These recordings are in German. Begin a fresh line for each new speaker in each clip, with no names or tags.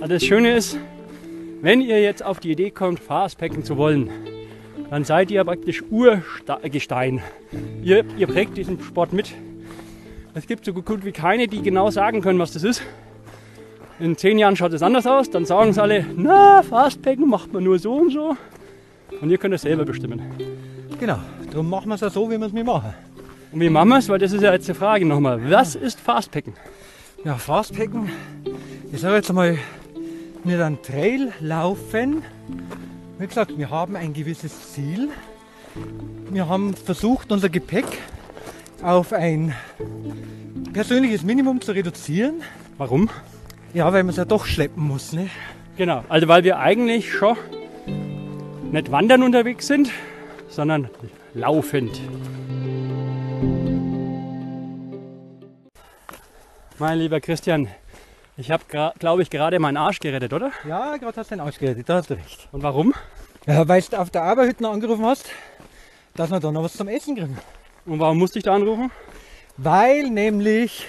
Also das Schöne ist, wenn ihr jetzt auf die Idee kommt, Fastpacken zu wollen, dann seid ihr praktisch Urgestein. Ihr, ihr prägt diesen Sport mit. Es gibt so gut wie keine, die genau sagen können, was das ist. In zehn Jahren schaut es anders aus, dann sagen es alle, na, Fastpacken macht man nur so und so. Und ihr könnt es selber bestimmen.
Genau, darum machen wir es ja so, wie wir es mir machen.
Und wie machen wir es? Weil das ist ja jetzt die Frage nochmal. Was ist Fastpacken?
Ja, Fastpacken, ich sage jetzt einmal, nicht einen Trail laufen. Wie gesagt, wir haben ein gewisses Ziel. Wir haben versucht, unser Gepäck auf ein persönliches Minimum zu reduzieren.
Warum?
Ja, weil man es ja doch schleppen muss. Ne?
Genau, also weil wir eigentlich schon nicht wandern unterwegs sind, sondern laufend. Mein lieber Christian, ich habe, glaube ich, gerade meinen Arsch gerettet, oder?
Ja, gerade hast du den ausgeredet, da hast du recht.
Und warum?
Ja, weil du auf der Arbeit noch angerufen hast, dass wir da noch was zum Essen kriegen.
Und warum musste ich da anrufen?
Weil nämlich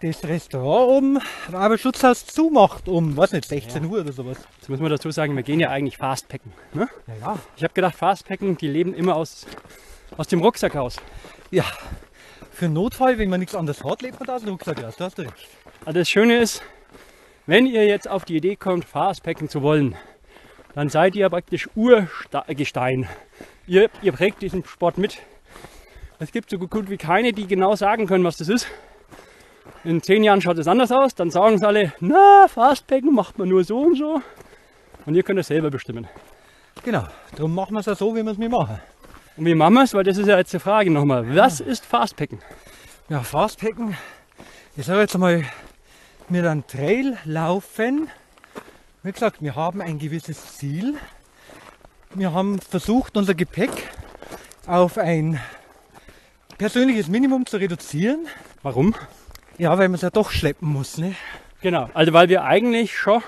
das Restaurant um, am Arbeitsschutzhaus zumacht um, was nicht, 16 Uhr oder sowas.
Jetzt müssen wir dazu sagen, wir gehen ja eigentlich Fastpacken. Ne?
Ja, ja.
Ich habe gedacht, Fastpacken, die leben immer aus, aus dem Rucksack aus.
Ja, für einen Notfall, wenn man nichts anderes hat, lebt man da aus dem Rucksack raus, da hast du recht.
Also das Schöne ist, wenn ihr jetzt auf die Idee kommt, Fastpacken zu wollen, dann seid ihr praktisch Urgestein. Ihr, ihr prägt diesen Sport mit. Es gibt so gut wie keine, die genau sagen können, was das ist. In zehn Jahren schaut es anders aus, dann sagen es alle, na, Fastpacken macht man nur so und so. Und ihr könnt es selber bestimmen.
Genau, darum machen wir es ja so, wie wir es mir machen.
Und wie machen wir es? Weil das ist ja jetzt die Frage nochmal. Was ist Fastpacken?
Ja, Fastpacken, ich sage jetzt einmal, mit einem Trail laufen. Wie gesagt, wir haben ein gewisses Ziel. Wir haben versucht, unser Gepäck auf ein persönliches Minimum zu reduzieren.
Warum?
Ja, weil man es ja doch schleppen muss. Ne?
Genau, also weil wir eigentlich schon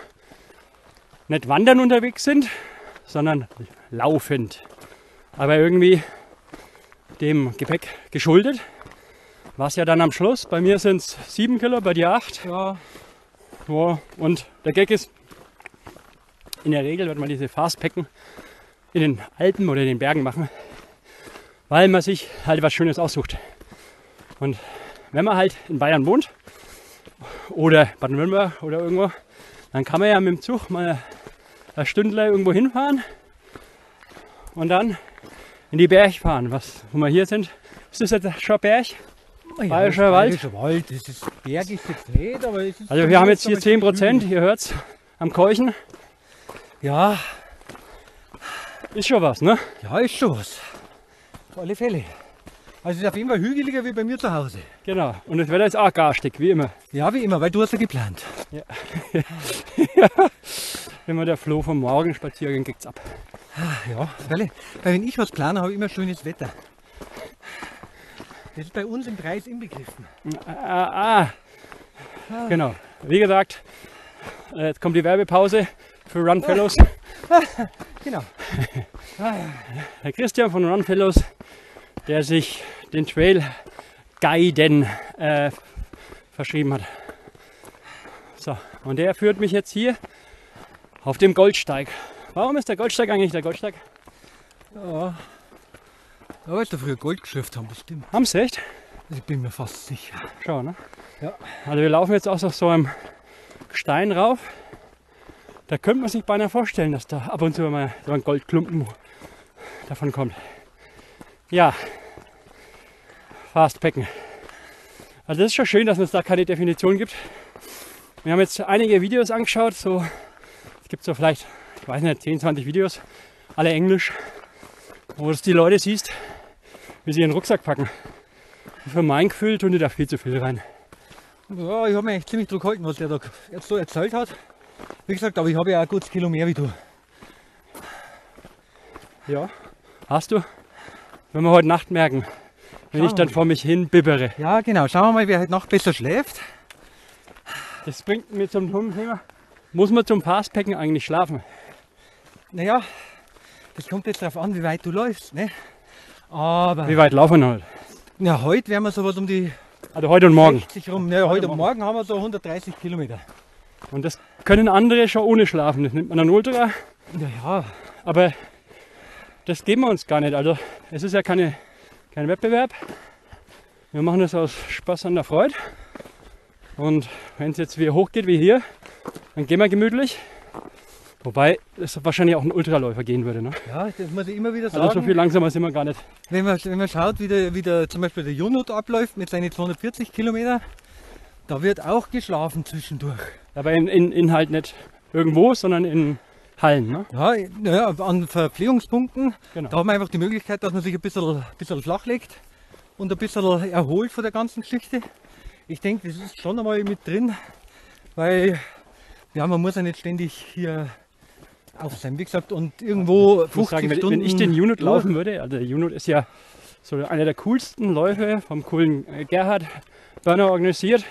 nicht wandern unterwegs sind, sondern laufend. Aber irgendwie dem Gepäck geschuldet. Was ja dann am Schluss, bei mir sind es 7 Kilo, bei dir 8.
Ja,
Ja, und der Gag ist, in der Regel wird man diese Fastpacken in den Alpen oder in den Bergen machen, weil man sich halt was Schönes aussucht. Und wenn man halt in Bayern wohnt oder Baden-Württemberg oder irgendwo, dann kann man ja mit dem Zug mal ein Stündler irgendwo hinfahren und dann in die Berg fahren. Was, wo wir hier sind, ist das jetzt schon ein Berg?
Oh ja,
Bayerischer
das
Wald.
Bayerischer Wald, das ist Berg ist jetzt nicht, aber es ist
Also wir haben jetzt hier
zumindest
10
einmal
Prozent, ihr hört's, am Keuchen.
schön. Ja,
Ist schon was, ne?
ja, ist schon was. Auf alle Fälle. Also es ist auf jeden Fall hügeliger wie bei mir zu Hause.
Genau. Und das Wetter ist auch garstig, wie immer.
Ja, wie immer, weil du hast ja geplant.
Wenn man der Floh vom Morgen spazieren, geht's ab.
Ja, freilich. Weil wenn ich was plane, habe ich immer schönes Wetter. Das ist bei uns im Preis inbegriffen.
Ah, ah. Genau. Wie gesagt, äh, jetzt kommt die Werbepause für Runfellows.
Genau.
Herr Ah, Christian von Runfellows, der sich den Trail Guiden äh, verschrieben hat. So, und der führt mich jetzt hier auf dem Goldsteig. Warum ist der Goldsteig eigentlich der Goldsteig?
Ja. Aber weil sie früher Gold geschürft haben, bestimmt.
Haben Sie echt?
Also ich bin mir fast sicher.
Schau, ne?
Ja.
Also wir laufen jetzt aus auf so einem Stein rauf. Da könnte man sich beinahe vorstellen, dass da ab und zu mal so ein Goldklumpen davon kommt. Ja, Fastpacken. Also das ist schon schön, dass es da keine Definition gibt. Wir haben jetzt einige Videos angeschaut, so es gibt so vielleicht, ich weiß nicht, 10, 20 Videos, alle Englisch, wo du die Leute siehst, wie sie ihren Rucksack packen. Und für mein Gefühl tun die da viel zu viel rein.
Ja, ich habe mir echt ziemlich drüber gehalten, was der da jetzt so erzählt hat. Wie gesagt, aber ich habe ja auch ein gutes Kilo mehr wie du.
Ja. Hast du? Wenn wir heute Nacht merken, wenn
Schauen
ich dann
wir.
vor mich hin bibbere.
Ja, genau. Schauen wir mal, wer heute Nacht besser schläft.
Das bringt mir zum dummen Thema. Muss man zum Fastpacken eigentlich schlafen?
Naja, das kommt jetzt darauf an, wie weit du läufst. Ne? Aber
Wie weit laufen wir heute?
na, heute werden wir sowas um die
Also heute und morgen.
60 rum. Naja, heute Morgen haben wir so 130 Kilometer.
Und das können andere schon ohne schlafen. Das nimmt man dann Ultra.
Naja,
Aber das geben wir uns gar nicht. Also es ist ja keine, kein Wettbewerb. Wir machen das aus Spaß an der Freude. Und wenn es jetzt wieder hochgeht wie hier, dann gehen wir gemütlich. Wobei es wahrscheinlich auch ein Ultraläufer gehen würde. Ne?
ja, das muss ich immer wieder sagen.
Also so viel langsamer sind wir gar nicht.
Wenn man, wenn man schaut, wie der, wie der zum Beispiel der Junot abläuft mit seinen 240 Kilometer, da wird auch geschlafen zwischendurch.
Aber in, in, in halt nicht irgendwo, sondern in Hallen. Ne?
Ja, naja, an Verpflegungspunkten,
Genau.
da haben wir einfach die Möglichkeit, dass man sich ein bisschen, bisschen flach legt und ein bisschen erholt von der ganzen Geschichte. Ich denke, das ist schon einmal mit drin, weil ja, man muss ja nicht ständig hier auf sein, wie gesagt, und irgendwo
Ich muss
50
sagen, wenn,
Stunden
wenn ich den Unit
durch-
laufen würde, also der Unit ist ja so einer der coolsten Läufe vom coolen äh, Gerhard Börner organisiert.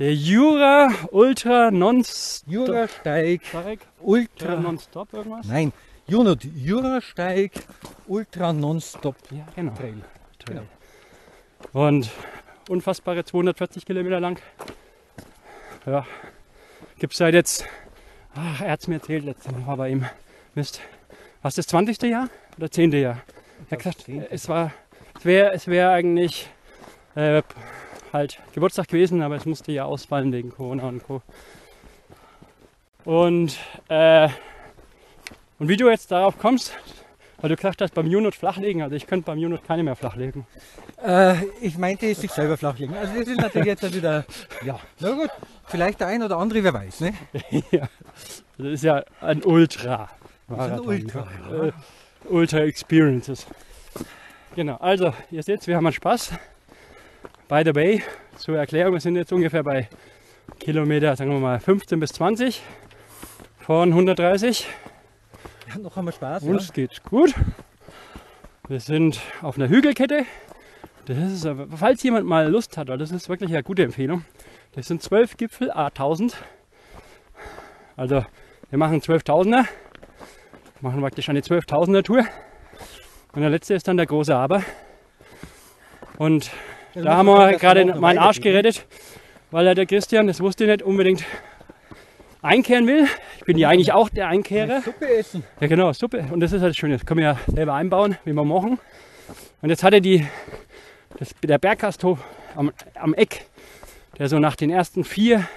Der Jura Ultra Nonstop.
Jurasteig,
Tarek? Jura
Ultra,
Nonstop irgendwas?
nein, Junot, Jurasteig, Ultra Nonstop
Ja, genau.
Trail.
Trail. Und unfassbare 240 Kilometer lang. Ja, gibt es seit jetzt, ach, er hat es mir erzählt letztes Mal bei ihm. Mist, was das 20. Jahr oder 10. Jahr? Er hat gesagt,
das 10..
Äh, es war, es wäre es wär eigentlich äh, halt Geburtstag gewesen, aber es musste ja ausfallen wegen Corona und Co. Und, äh, und wie du jetzt darauf kommst, weil du gesagt hast, beim Unit flachlegen, also ich könnte beim Unit keine mehr flachlegen.
Äh, ich meinte sich selber flachlegen. Also das ist natürlich jetzt wieder. Ja, na gut. Vielleicht der ein oder andere, wer weiß, ne?
ja. Das ist ja ein Ultra.
Das ist ein Ultra.
Äh, Ultra Experiences. Genau, also ihr seht, wir haben einen Spaß. By the way, zur Erklärung, wir sind jetzt ungefähr bei Kilometer, sagen wir mal 15 bis 20 von 130.
Ja, noch einmal Spaß. Ja.
Uns geht's gut. Wir sind auf einer Hügelkette. Das ist, aber- falls jemand mal Lust hat, weil das ist wirklich eine gute Empfehlung. Das sind 12 Gipfel A1000. Also wir machen 12.000er, machen praktisch eine 12.000er Tour. Und der letzte ist dann der große Aber. Und
Jetzt
da
muss
haben
man sagen,
wir
dass
gerade
noch eine
meinen
Weile
Arsch
geht, ne?
gerettet, weil er der Christian, das wusste ich nicht, unbedingt einkehren will. Ich bin ja eigentlich auch der Einkehrer.
Suppe essen.
Ja genau, Suppe. Und das ist halt schön. Das können wir ja selber einbauen, wie wir machen. Und jetzt hatte die, das, der Bergkasthof am, am Eck, der so nach den ersten vier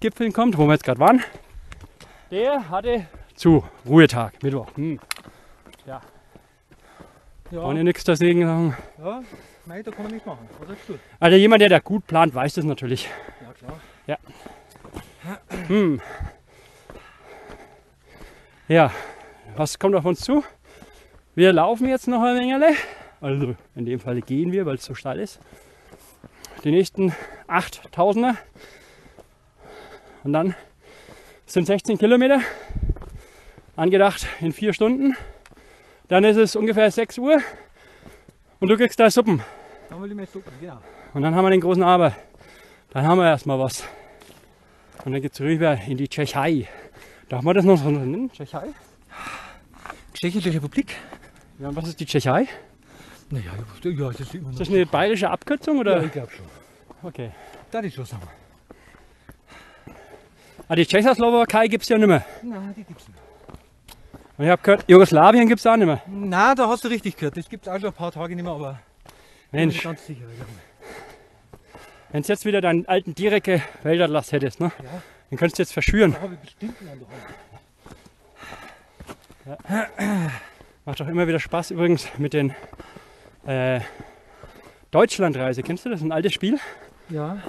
Gipfeln kommt, wo wir jetzt gerade waren, der hatte zu Ruhetag, Mittwoch. Hm.
Ja,
Wollen ja nichts dagegen sagen.
ja. Nein, da kann man nichts machen. Das ist gut.
Also jemand, der da gut plant, weiß das natürlich.
Ja, klar.
Hm. Ja, was kommt auf uns zu? Wir laufen jetzt noch ein Mengele. Also in dem Fall gehen wir, weil es so steil ist. Die nächsten 8000er. Und dann sind 16 Kilometer angedacht in vier Stunden. Dann ist es ungefähr 6 Uhr und du kriegst da Suppen.
Dann will ich mir Suppe, genau.
Und dann haben wir den großen Aber. Dann haben wir erstmal was. Und dann geht's rüber in die Tschechei. Darf man das noch so nennen? Tschechei?
Tschechische Republik?
Ja, und was ist die Tschechei?
Naja, ja, das ist immer noch.
Ist das eine bayerische Abkürzung
ja,
oder?
ich glaube schon.
Okay.
Das ist schon sagen.
Ah, die Tschechoslowakei gibt's ja nicht mehr.
Nein, die gibt's nicht.
Und ich habe gehört, Jugoslawien gibt's auch nicht mehr.
Na, da hast du richtig gehört. Das gibt's auch schon ein paar Tage nicht mehr, aber. bin mir
Mensch,
Ganz sicher. ja.
wenn's jetzt wieder deinen alten direkte Weltatlas hättest, ne?
Ja.
Den könntest du jetzt verschüren.
Da habe ich bestimmt einen an der Hand.
Macht doch immer wieder Spaß übrigens mit den äh, Deutschlandreise. Kennst du das? Ein altes Spiel?
Ja.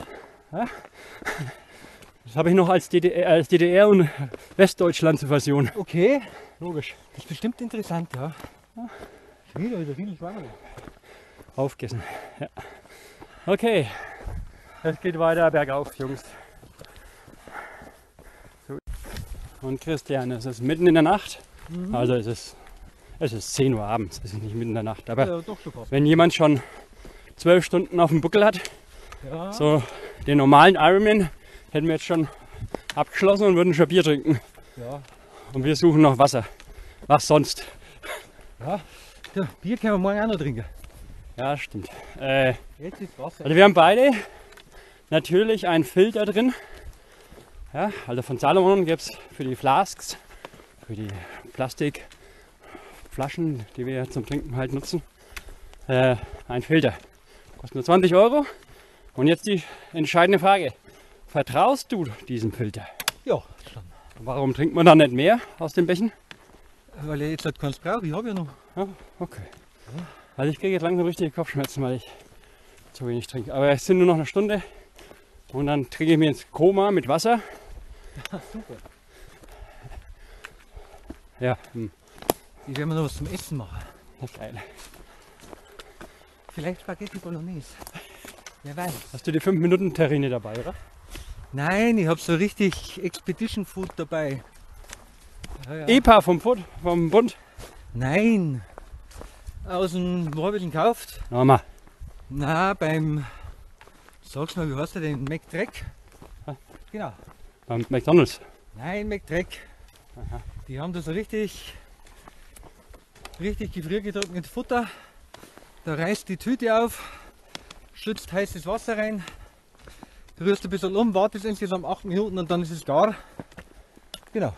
Das habe ich noch als DDR, als DDR und Westdeutschland zur Version.
Okay.
Logisch.
Das ist bestimmt interessant, ja. Schon wieder, wieder viel schwanger.
Aufgessen. Ja. Okay. Es geht weiter bergauf, Jungs. So. Und Christian, es ist mitten in der Nacht.
Mhm. Ah,
Also es ist, es ist 10 Uhr abends. Es ist nicht mitten in der Nacht. Aber
Ja, doch schon fast.
wenn jemand schon zwölf Stunden auf dem Buckel hat,
Ja.
so den normalen Ironman, hätten wir jetzt schon abgeschlossen und würden schon Bier trinken.
Ja.
Und wir suchen noch Wasser. Was sonst?
Ja, Bier können wir morgen auch noch trinken.
Ja, stimmt. Äh,
Jetzt ist Wasser.
Also wir haben beide natürlich einen Filter drin Ja, also von Salomon gäbe es für die Flasks, für die Plastikflaschen, die wir zum Trinken halt nutzen, äh, ein Filter. Kostet nur 20 Euro. Und jetzt die entscheidende Frage. Vertraust du diesem Filter?
Ja, schon.
Warum trinkt man dann nicht mehr aus den Bächen?
Weil ich jetzt halt keins brauche, ich habe ja noch.
Okay. Also ich kriege jetzt langsam richtige Kopfschmerzen, weil ich zu wenig trinke. Aber es sind nur noch eine Stunde und dann trinke ich mir ins Koma mit Wasser.
super.
Ja, hm,
Ich werde mir noch was zum Essen machen.
das ist geil.
Vielleicht Spaghetti Bolognese. Wer weiß.
Hast du die 5 Minuten Terrine dabei, oder?
Nein, ich habe so richtig Expedition Food dabei. Ja, ja.
EPA vom Pfund, vom Bund.
Nein. Aus dem, wo habe ich den gekauft?
Nochmal.
Na, beim, sag's mal, wie heißt der denn? McDreck?
Hä?
Genau.
Beim McDonalds.
Nein, McDreck. Die haben das richtig, richtig gefriergetrocknetes Futter. Da reißt die Tüte auf, schützt heißes Wasser rein, rührst ein bisschen um, wartest insgesamt 8 Minuten und dann ist es gar. Genau.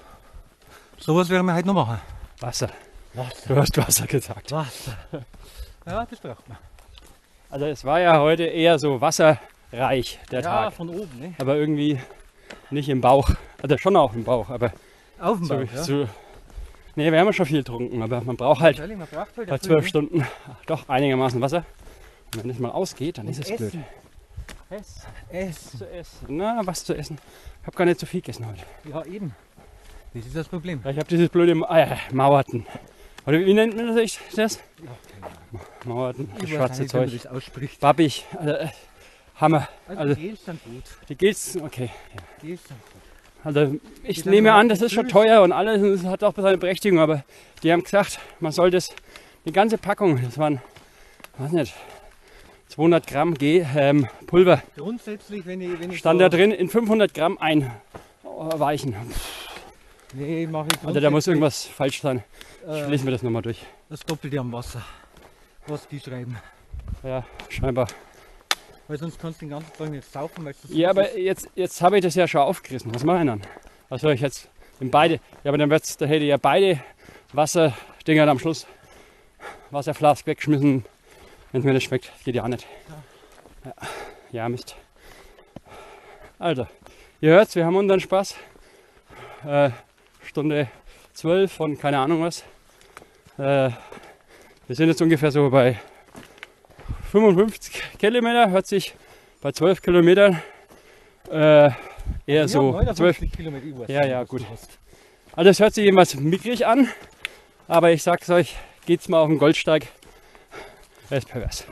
Sowas werden wir heute noch machen.
Wasser.
Wasser.
Du hast Wasser gesagt.
Wasser. Ja, das braucht man.
Also es war ja heute eher so wasserreich, der
ja,
Tag.
von oben, ne?
Aber irgendwie nicht im Bauch. Also schon auch im Bauch, aber
Auf dem
so,
Bauch, ja.
so. Nee, wir haben ja schon viel getrunken, aber man braucht halt
Natürlich, man braucht halt
bei
erfüllt,
zwölf
ne?
Stunden doch einigermaßen Wasser. Und wenn es mal ausgeht, dann ist es blöd.
Essen,
Es
essen.
zu essen. Na, was zu essen. Ich habe gar nicht so viel gegessen heute.
Ja, eben. Das ist das Problem.
Ja, Ich habe dieses blöde Ma äh, Mauerten. Oder wie nennt man das? echt, das?
Ja, keine Ahnung.
Mauerten, das
Ich weiß
schwarze
nicht, wie man
Zeug.
das ausspricht.
Babbig. Also, äh, Hammer.
Also,
Also-
also Gels sind gut.
Wie geht's? Okay.
Gels sind gut.
Also ich
Geht dann
nehme
überhaupt
an, das
nicht
ist schon
süß?
teuer und alles und es hat auch seine Berechtigung, aber die haben gesagt, man soll das, die ganze Packung, das waren, weiß nicht, 200 Gramm Ge ähm, Pulver,
Grundsätzlich, wenn ich, wenn ich
stand da
so,
drin, in 500 Gramm einweichen.
Nee, mache ich
Also da muss
grundsätzlich,
irgendwas falsch sein. Ich
äh,
lese mir das nochmal durch.
das Doppelte am Wasser, was die schreiben.
Ja, scheinbar.
Weil sonst kannst du den ganzen Tag nicht saufen, weil es so
Ja,
süß ist.
aber jetzt, jetzt habe ich das ja schon aufgerissen. Was mache ich dann? Was soll ich jetzt? In beide. Ja, aber dann wird's, da hätte ich ja beide Wasserdinger am Schluss. Wasserflask weggeschmissen, wenn es mir nicht schmeckt. Geht ja auch nicht. Ja, ja Mist. Also, ihr hört's, wir haben unseren Spaß. Äh, Stunde 12 von keine Ahnung was. Äh, wir sind jetzt ungefähr so bei 55 Kilometer. Hört sich bei 12 Kilometern äh, eher
Ja,
so 12
59 Kilometer ich weiß
Ja,
nicht,
ja,
was du
gut.
hast.
also es hört sich irgendwas mickrig an, aber ich sag's euch, geht's mal auf den Goldsteig. Er ist pervers.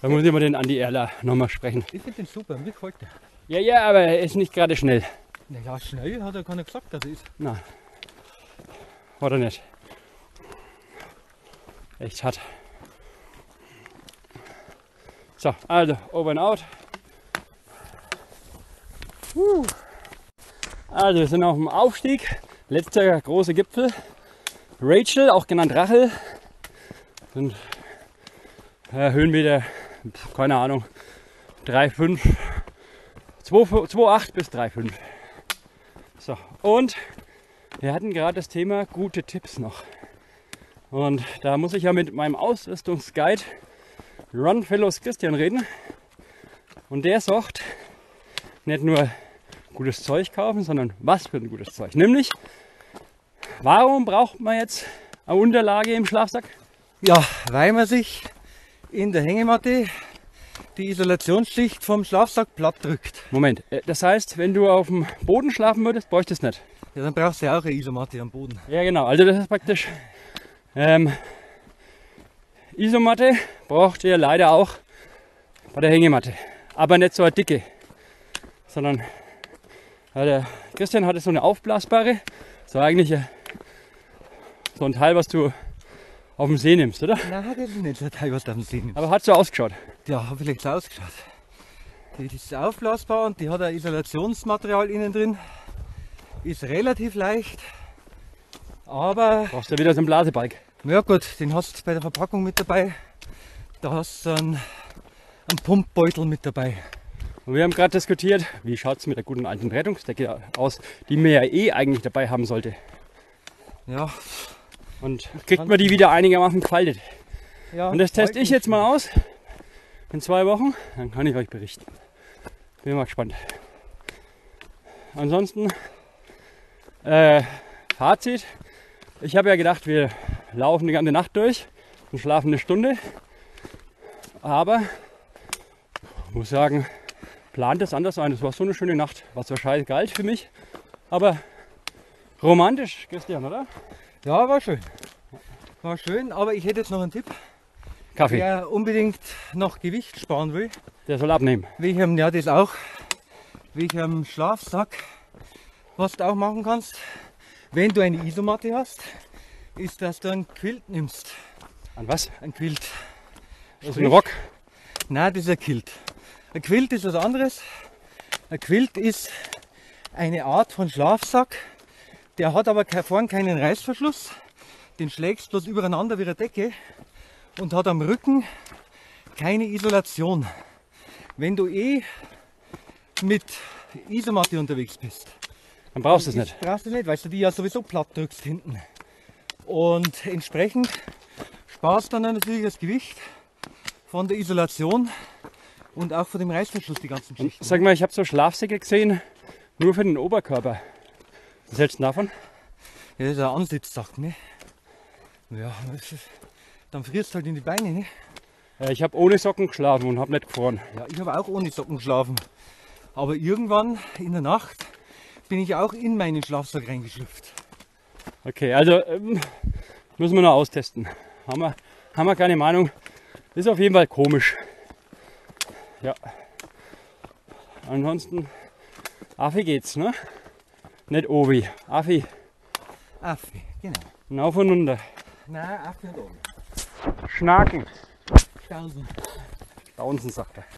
Da muss ich mal den Andi Erler nochmal sprechen.
Ich finde den super, mir gefällt der.
Ja, ja, aber er ist nicht gerade schnell.
Naja, schnell hat er keiner gesagt, dass er ist.
Nein. Oder nicht? Echt hart. So, also, over and out. Puh. Also, wir sind auf dem Aufstieg. Letzter große Gipfel. Rachel, auch genannt Rachel. Sind äh, Höhenmeter, pf, keine Ahnung, 3,5, 2,8 bis 3,5. So, und wir hatten gerade das Thema gute Tipps noch. Und da muss ich ja mit meinem Ausrüstungsguide Run Fellows Christian reden. Und der sagt, nicht nur gutes Zeug kaufen, sondern was für ein gutes Zeug. Nämlich, warum braucht man jetzt eine Unterlage im Schlafsack?
Ja, weil man sich in der Hängematte die Isolationsschicht vom Schlafsack platt drückt.
Moment, äh, das heißt, wenn du auf dem Boden schlafen würdest, bräuchtest du nicht.
Ja, dann brauchst du ja auch eine Isomatte am Boden.
Ja, genau. Also das ist praktisch. Ähm, Isomatte braucht ihr leider auch bei der Hängematte. Aber nicht so eine dicke, sondern ja, der Christian hatte so eine aufblasbare, so eigentlich äh, so ein Teil, was du auf dem See nimmst, oder?
Nein, das ist nicht so Teil, was da am Sinn ist.
Aber hat so ausgeschaut.
Ja, habe ich jetzt ausgeschaut. Die ist aufblasbar und die hat ein Isolationsmaterial innen drin. Ist relativ leicht. Aber,
Brauchst du wieder so einen Blasebalg.
na gut, den hast du bei der Verpackung mit dabei. Da hast du einen, einen Pumpbeutel mit dabei.
Und wir haben gerade diskutiert, wie schaut es mit der guten alten Rettungsdecke aus, die mir ja eh eigentlich dabei haben sollte.
Ja,
Und kriegt man die wieder einigermaßen gefaltet.
ja.
Und das
freut
teste ich
mich.
jetzt mal aus. In zwei Wochen. Dann kann ich euch berichten. Bin mal gespannt. Ansonsten, äh, Fazit. Ich habe ja gedacht, wir laufen die ganze Nacht durch und schlafen eine Stunde. Aber ich muss sagen, plant es anders ein. Es war so eine schöne Nacht. War zwar scheiße kalt für mich, aber romantisch, Christian, oder?
Ja, war schön. War schön, aber ich hätte jetzt noch einen Tipp.
Kaffee.
Wer unbedingt noch Gewicht sparen will,
Der soll abnehmen.
welchem, ähm, ja das auch, welchem Schlafsack, was du auch machen kannst, wenn du eine Isomatte hast, ist, dass du einen Quilt nimmst.
An was?
Ein Quilt.
Das ist ein Rock.
Nein, das ist ein Quilt. Ein Quilt ist was anderes. Ein Quilt ist eine Art von Schlafsack, der hat aber ke- vorn keinen Reißverschluss. Den schlägst bloß übereinander wie eine Decke und hat am Rücken keine Isolation. Wenn du eh mit Isomatte unterwegs bist,
Dann brauchst du es nicht.
brauchst du nicht, weil du die ja sowieso platt drückst hinten. Und entsprechend sparst du dann natürlich das Gewicht von der Isolation und auch von dem Reißverschluss die ganzen Schichten.
Sag mal, ich habe so Schlafsäcke gesehen, nur für den Oberkörper. Was hältst du davon?
Ja, das ist ein Ansitzsack, ne? Ja, das ist, dann frierst du halt in die Beine, ne?
Äh, Ich habe ohne Socken geschlafen und habe nicht gefroren.
Ja, ich habe auch ohne Socken geschlafen. Aber irgendwann in der Nacht bin ich auch in meinen Schlafsack reingeschlüpft.
Okay, also ähm, müssen wir noch austesten. Haben wir, haben wir keine Meinung. Ist auf jeden Fall komisch. Ja. Ansonsten, Affi geht's, ne? Nicht Obi. Affi,
Affe, genau.
hinauf und runter.
Nein, Affe und oben.
Schnaken.
Tausend.
Bouncen, sagt er.